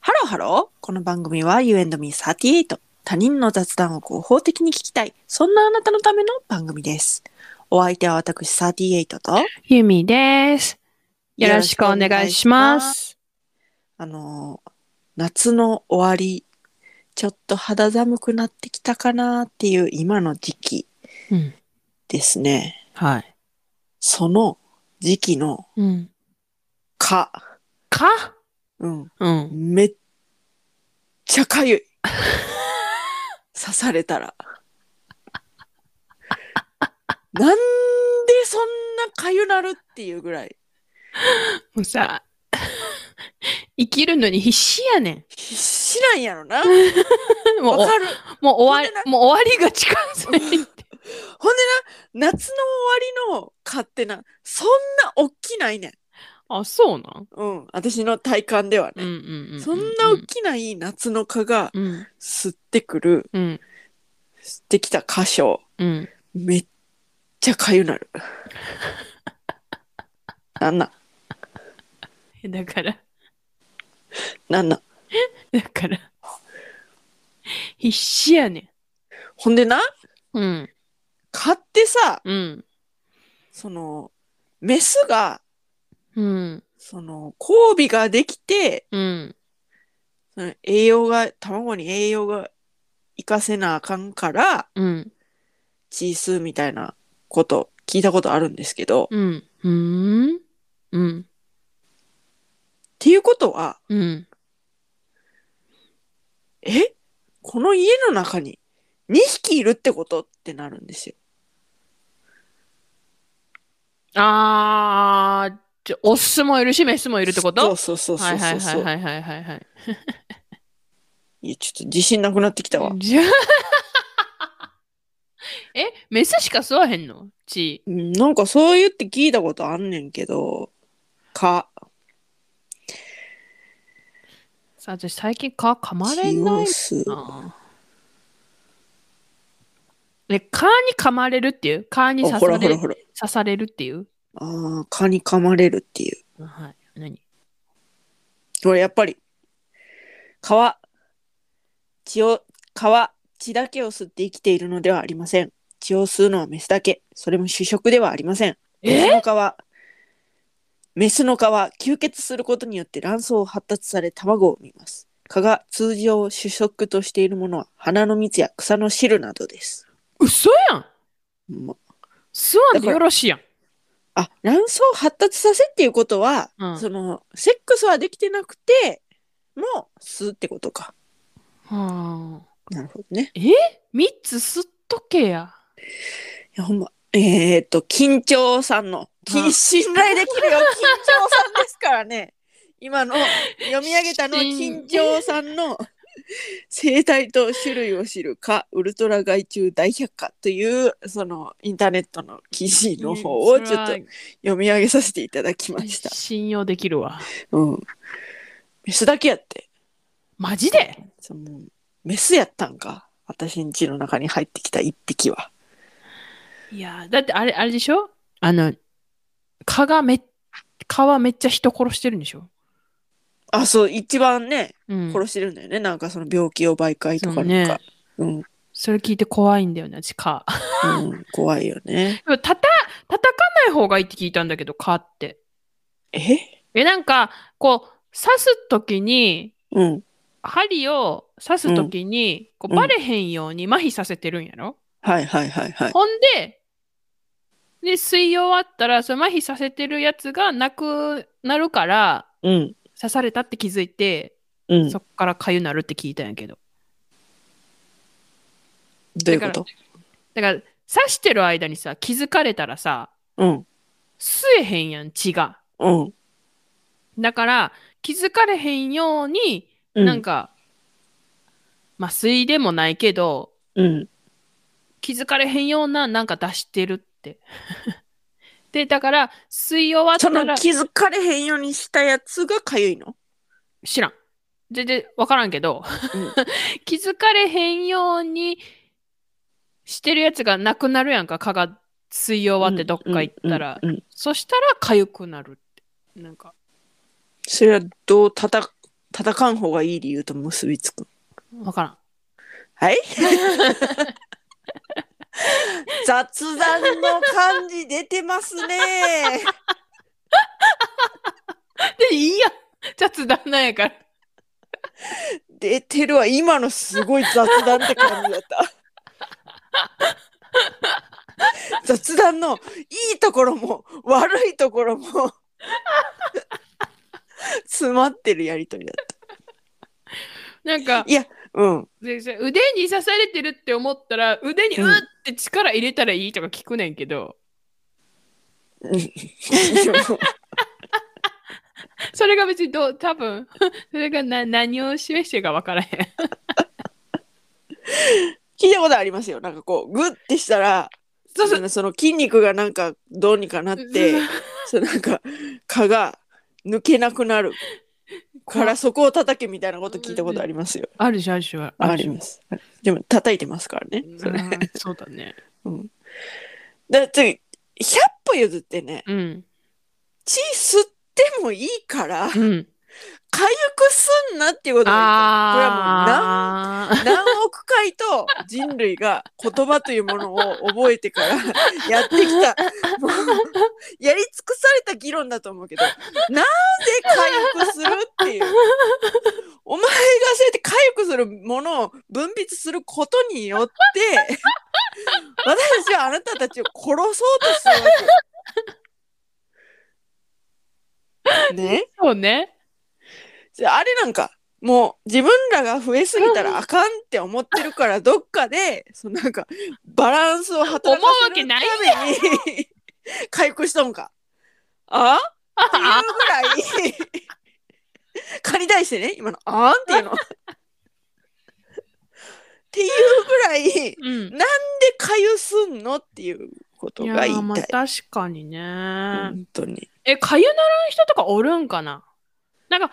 ハロー。この番組は You and me38。他人の雑談を合法的に聞きたい。そんなあなたのための番組です。お相手は私38と、ゆみです。よろしくお願いします。あのー、夏の終わり、ちょっと肌寒くなってきたかなっていう今の時期うん。ですね。はい。その時期のうん。蚊。かうん。うん。めっちゃかゆい。 刺されたら。なんでそんなかゆなるっていうぐらい。もうさ、 生きるのに必死やね必死なんやろな。 ん。もうわかる。お、もう終ほんわり、もう終わりが近づいて。ほんでな、夏の終わりの蚊ってな、そんなおっきないねん。 あ、そうなんうん。私の体感ではうんうね。んうん。そんなおっきない夏の蚊がうん。吸ってくる、うん。吸ってきた箇所。うん。めっちゃかゆなる。なんなんだから、なんなんだから、必死やねほんでな、ん。うん。蚊ってさ、うん。その、メスが、うん。その、交尾ができて、うん。その栄養が、卵に栄養が活かせなあかんから、うん。チースみたいなこと聞いたことあるんですけど、っうん。うん。うん。ていうことは、うん。えこの家の中に2匹いるってことってなるんですよ。あー、ちょオスもいるし、メスもいいるってことそうそうはそういはそそう。いうはいいはいはいはいはい。や、ちょっと自信なくなってきたわ。じゃあ え、メスしか吸わへんの血。うんなんかそう言って聞いたことあんねんけど、蚊。さあ、私最近蚊噛まれチないース。な。え、蚊に噛まれるっていう蚊にあほ刺さらほられ刺ほら。されるっていうああ、蚊に噛まれるっていう。はい。何これやっぱり、川、血を、川、血だけを吸って生きているのではありません。血を吸うのはメスだけ。それも主食ではありません。メスの川、メスの川、吸血することによって卵巣を発達され卵を産みます。蚊が通常主食としているものは花の蜜や草の汁などです。嘘やんま吸わんでよろしいやん。あ、卵巣を発達させっていうことは、うんその、セックスはできてなくて、もう吸うってことか。はあ。なるほどね。 3つ吸っとけや。いや、ほんま、えー、っと、緊張さんの、はきい信頼でき るよ、緊張さんですからね。今の読み上げたのは信緊張さんの生態と種類を知るか、ウルトラ害虫大百科という、そのインターネットの記事の方をちょっとそれ読み上げさせていただきまはした。信用できるわ。うん。メスだけやって。マジでそのメスやったんか私ん家の中に入ってきた一匹はいやーだってあれ、あれでしょあの、蚊がめ、蚊はめっちゃ人殺してるんでしょあそう一番ねうん。殺してるんだよね、なんかその病気を媒介とかなんかう,、ん、それ聞いて怖いんだよね、私蚊。うん、怖いよねでもたた、叩かない方がいいって聞いたんだけど、蚊って。ええ、なんか、こう、刺すときに、うん針を刺すときに、こううんバレへんように麻痺させてるんやろ、はいはいはいはいほんで、で、吸い終わったら、その麻痺させてるやつがなくなるから、うん刺されたって気づいて、うんそっから痒なるって聞いたんやけど。どういうことだから刺してる間にさ気づかれたらさうん吸えへんやん血がうんだから気づかれへんよううに、んなんか麻酔でもないけどうん気づかれへんようななんか出してるって でだから吸い終わっそたのら気づかれへんようにしたやつがかゆいの知らん全然分からんけど、うん 気づかれへんようにしてるやつがなくなるやんか蚊が吸い終わってどっか行ったら、うんうんうんそしたら痒くなるってなんかそれはどうたた戦う方がいい理由と結びつく。わからん。 はい 雑談の感じ出てますね。で、いいや。雑談なんやから。出てるわ。今のすごい雑談って感じだった。雑談のいいところも悪いところも詰まってるやりとりだっなんか い、た。うん。でじゃあ腕に刺されてるって思ったら、腕にううんって力入れたらいいとか聞くねんけど、それが別にどう、多分 それがな何を示してるかわからへん。聞いたことありますよ。なんかこう、グッてしたら、そうそう。その筋肉がなんかどうにかなって、そうなんか蚊が抜けなくなるからそこを叩けみたいなこと聞いたことありますよ。 あるじゃん、あるじゃん。あります。でも叩いてますからね。それうんそうだね。うん、だ次100歩譲ってね うん。血吸ってもいいからう回ん。復すんなっていうことがあ言いたいこれはもう何何億回と人類が言葉というものを覚えてから やってきたもうやり尽くされた議論だと思うけどなぜ回復するっていうお前がそうやって回復するものを分泌することによって 私はあなたたちを殺そうとするわけ。ねーそうね。じゃああれなんかもう自分らが増えすぎたらあかんって思ってるからどっかでそのなんかバランスを働かせるために回復しとんかあっていうぐらい蚊に対してね今の「あん」っていうの。っていうぐらいなんでうん。かゆすんのっていうこといやが言いーまあたい。確かにね。本当に。え、かゆならん人とかおるんかななんか、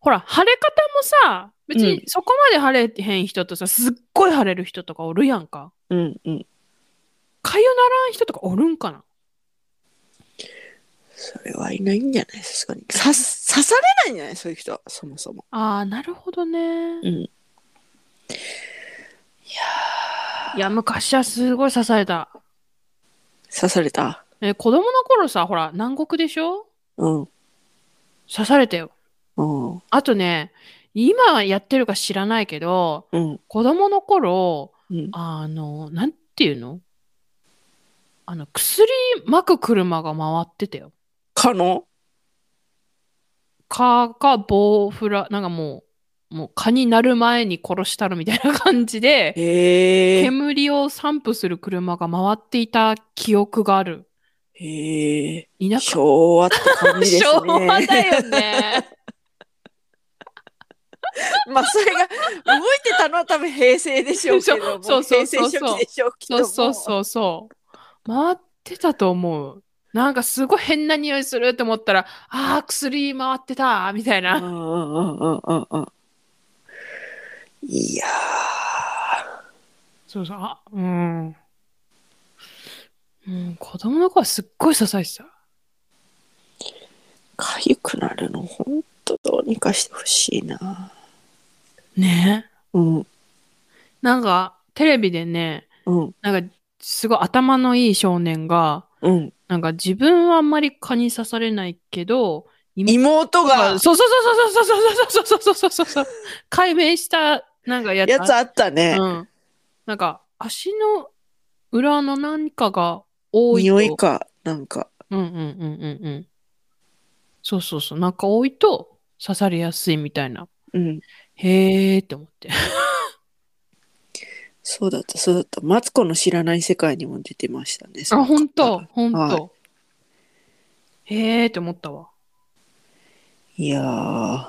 ほら、腫れ方もさ、別うんにそこまで腫れへん人とさ、すっごい腫れる人とかおるやんか。うんうん。かゆならん人とかおるんかなそれはいないんじゃないですかね。刺す刺されないんじゃないそういう人はそもそも。あー、なるほどね。うんいいや、昔はすごい刺された。刺されたえ、子供の頃さ、ほら、南国でしょうん。刺されたよ。うん。あとね、今やってるか知らないけど、うん。子供の頃、うんあの、なんていうのあの、薬まく車が回ってたよ。蚊の蚊か棒フラ、なんかもう、もう蚊になる前に殺したるみたいな感じで、へえ。煙を散布する車が回っていた記憶がある。へえ。田舎昭和って感じですね。 昭和だよね。 まあそれが動いてたのは多分平成でしょうけども、そうそうそうそ平う成初期でしょうけどそうも。そうそうそう。回ってたと思う。なんかすごい変な匂いすると思ったら、ああ、薬回ってたみたいな。うんうんうんうんうん。いやそうそう、あ、うん。うん、子供の頃はすっごい支えてた。ー、痒くなるの本当どうにかしてほしいな。ねうんなんか、テレビでね、うんなんか、すごい頭のいい少年が、うん。なんか自分はあんまり蚊に刺されないけど、妹がそうそうそうそうそうそうそうそうそうそうそうそう。解明した、なんかやつやつあったね。うん。なんか、足の裏の何かが多いと。匂いかなんか。うんうんうんうんうん。そうそうそう。なんか多いと刺されやすいみたいな。うん。へーって思って。そうだったそうだった。マツコの知らない世界にも出てましたね。あ、本当本当、はへーって思ったわ。いやー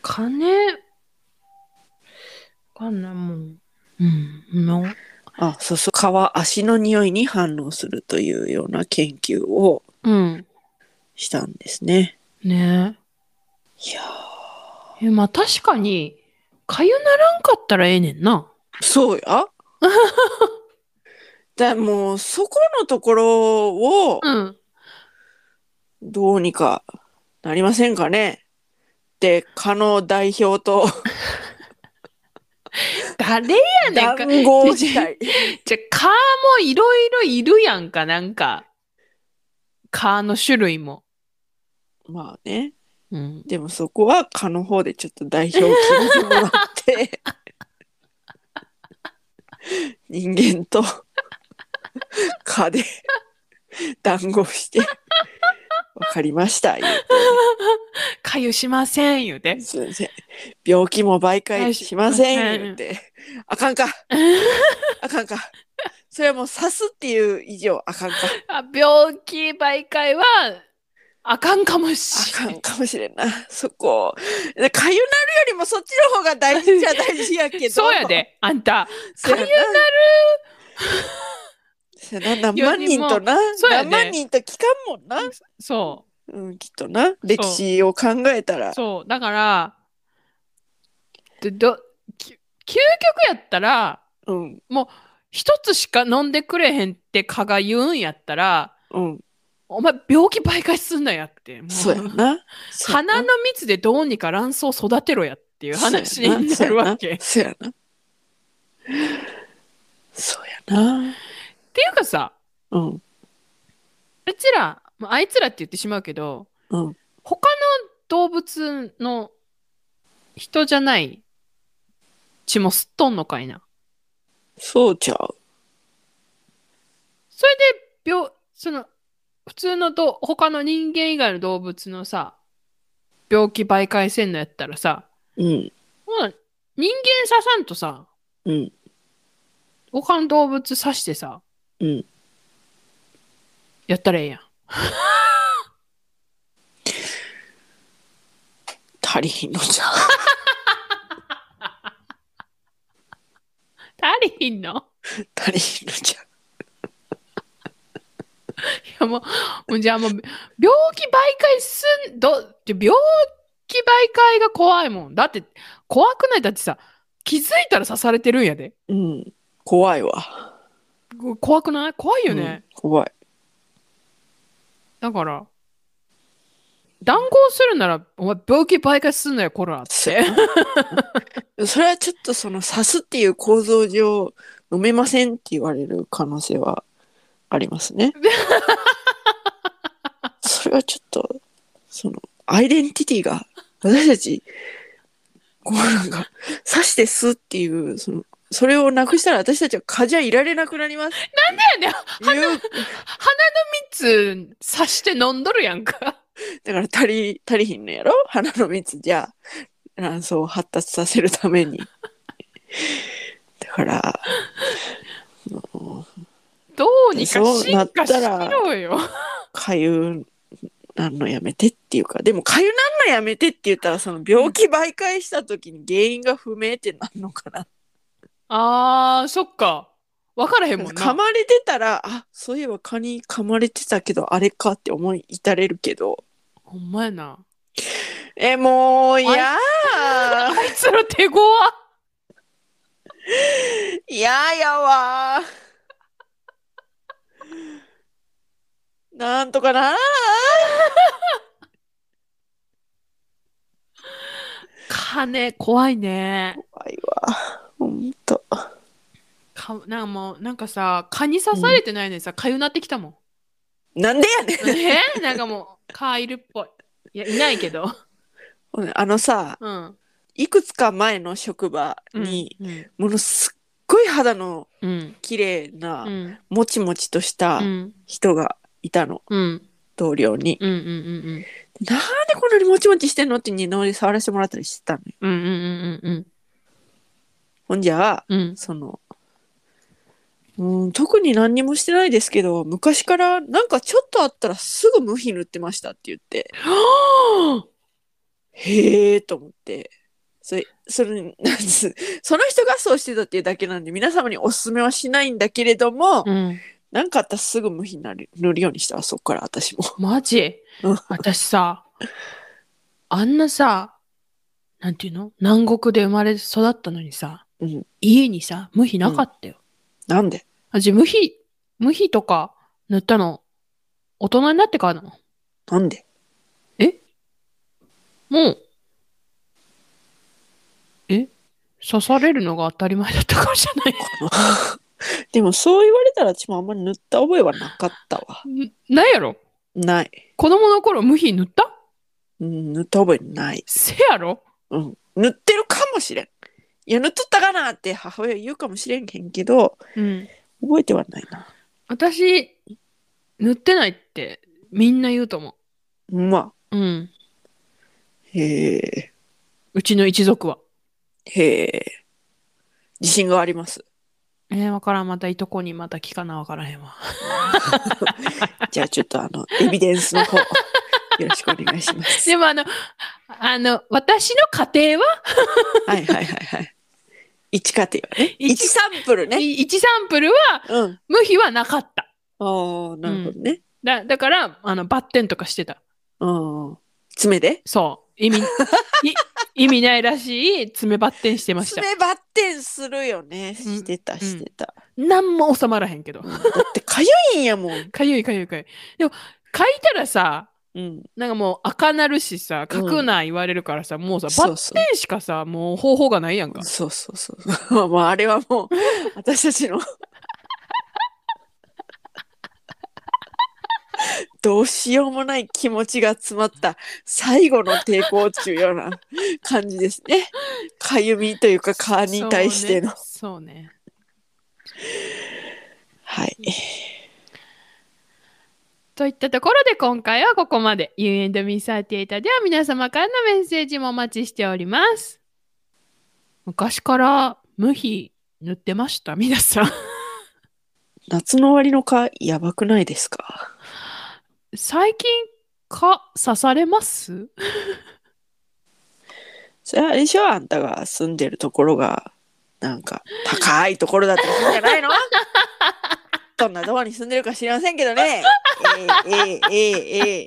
金、わかんない、もう。うん、もう。あそうそう蚊は足の匂いに反応するというような研究をうん。したんですね。ねいやーえ。え、まあ確かに、かゆならんかったらええねんな。そうや だもうそこのところをうん。どうにかなりませんかねって、蚊の代表と誰やねんか。談合したい。じゃ、蚊もいろいろいるやんか、なんか。蚊の種類も。まあね。うん。でもそこは蚊の方でちょっと代表を決めてもらって。人間と蚊で談合して、わかりました。言うかゆしません、言うてて。すいません病気も媒介しません。言うて。あかんか。あかんか。それはもう刺すっていう以上あかんか。あ病気媒介は、あかんかもしあかれないん。かもしれんな。そこ。かゆなるよりもそっちの方が大事じゃ大事やけど。そうや。で、あんた。そうやなかゆなる。そうやな何万人とな。そうやね何万人と聞かんもんな。そうん、きっとな。歴史を考えたらう。。 そう。だから、ど、ど、き究極やったら、うん。一つしか飲んでくれへんって蚊が言うんやったら、うん。お前病気媒介すんなやって。もうそうやな。そうやな花の蜜でどうにか卵巣育てろやっていう話になるわけ。っそうやな。そうやな。ていうかさ、うん。うちら、まああいつらって言ってしまうけど、うん他の動物の人じゃない血も吸っとんのかいな。そうちゃう。それで病、その、普通のど他の人間以外の動物のさ、病気媒介せんのやったらさ、うん。ほな人間刺さんとさ、うん。他の動物刺してさ、うんやったらええやん。足りひんのじゃう。足りひんのい足りひんのじゃう。やもう、もうじゃあもう、病気媒介すん、ど、じゃ病気媒介が怖いもん。だって、怖くないだってさ、気づいたら刺されてるんやで。うん。怖いわ。こ怖くない怖いよね。うん。怖い。だから、談合するなら、お前病気媒介すんなよ、コロナって。そうや なそれはちょっとその刺すっていう構造上飲めませんって言われる可能性はありますね。 それはちょっとそのアイデンティティが私たちこうなんか刺して吸うっていうそのそれをなくしたら私たちは蚊じゃいられなくなります。なんだよね、いう鼻の蜜刺して飲んどるやんか。 だから足り足りひんのやろ 花の蜜じゃ卵巣を発達させるために。だからもうどうにかそうな進っ化したらろよ。かゆなんのやめてっていうかでもかゆなんのやめてって言ったらその病気媒介した時に原因が不明ってなるのかな。あー、そっか。分からへんもん噛な。まれてたらあそういえば蚊に噛まれてたけどあれかって思い至れるけどほんまやな。えもういやあいつの手ごわ。いややわー。なんとかならん金、怖いね。怖いわ。ほんと。かなんかもう、なんかさ、蚊に刺されてないのにさ、かゆなってき たもなんでやねんん。えなんかもう、蚊いるっぽい。いや、いないけど。ほんで。あのさ、うん。いくつか前の職場に、うん。ものすっごい肌のうん。綺麗うな、ん。もちもちとしたうん。人がいたの、うん。同僚に。うん。うん。うん。なんでこんなにもちもちしてんのって二の腕触らせてもらったりしてたのよ。うん。うん。うん。うん。ほんじゃ、うん。その、うん、特に何にもしてないですけど、昔からなんかちょっとあったらすぐ無比塗ってましたって言って、はへえと思って。それ、それ、なんつその人がそうしてたっていうだけなんで、皆様にお勧めはしないんだけれども、あうん。なんかあったらすぐ無比塗る塗るようにしたわ、そっから私も。マジうん私さ、あんなさ、なんていうの南国で生まれ育ったのにさ、うん家にさ、無比なかったよ。なんで私、無比、無比とか塗ったの、大人になってからなの。なんでもう、刺されるのが当たり前だったからじゃない でもそう言われたら私もあんまり塗った覚えはなかったわ。んないやろない。子供の頃無比塗ったうん、塗った覚えない。せやろうん。塗ってるかもしれん。いや、塗っとったかなって母親言うかもしれんけんけど、うん覚えてはないな。私塗ってないってみんな言うと思まあ、ううんへえ、うちの一族はへえ。自信があります。えー、わからんまたいとこにまた聞かなわからへんわじゃあちょっとあの、エビデンスの方、よろしくお願いします。 でもあのあの私の家庭ははいはいはいはい。一家庭ね。一一サンプルね。 1サンプルはうん。無比はなかったああ、なるほどね。だだからあのバッテンとかしてたうん。爪でそう 意味い意味ないらしい爪バッテンしてました爪バッテンするよね。うんしてた、してた。なんも収まらへんけどだって、かゆいんやもん。かゆいかゆいかゆいでも書いたらさうん。なんかもう赤なるしさ書くな言われるからさ、もうさそバうッそうテンしかさもう方法がないやんかそうそうそう。 まあ、あれは もう、私たちの。どうしようもない気持ちが詰まった最後の抵抗っていうような感じです ね。かゆみというか、蚊に対しての。そうねはい。といったところで今回はここまで U&Me38 では皆様からのメッセージもお待ちしております昔から無比塗ってました皆さん夏の終わりの蚊、やばくないですか最近蚊刺されますそれはあれでしょあんたが住んでるところが、なんか、高いところだったりするんじゃ ないのどんなとこに住んでるか知りませんけど ね。ええええええ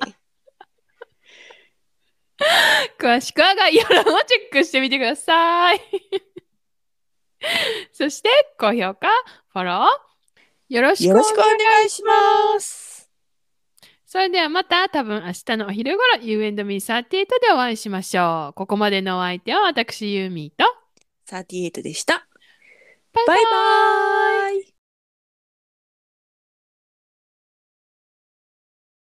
詳しくは概要欄をチェックしてみてください。 そして、高評価、フォロー、よろしくよろしくお願いします。それではまた、多分明日のお昼頃、You and Me38 でお会いしましょう。ここまでのお相手は私、ユーミーと、 38でした。バイババイバイ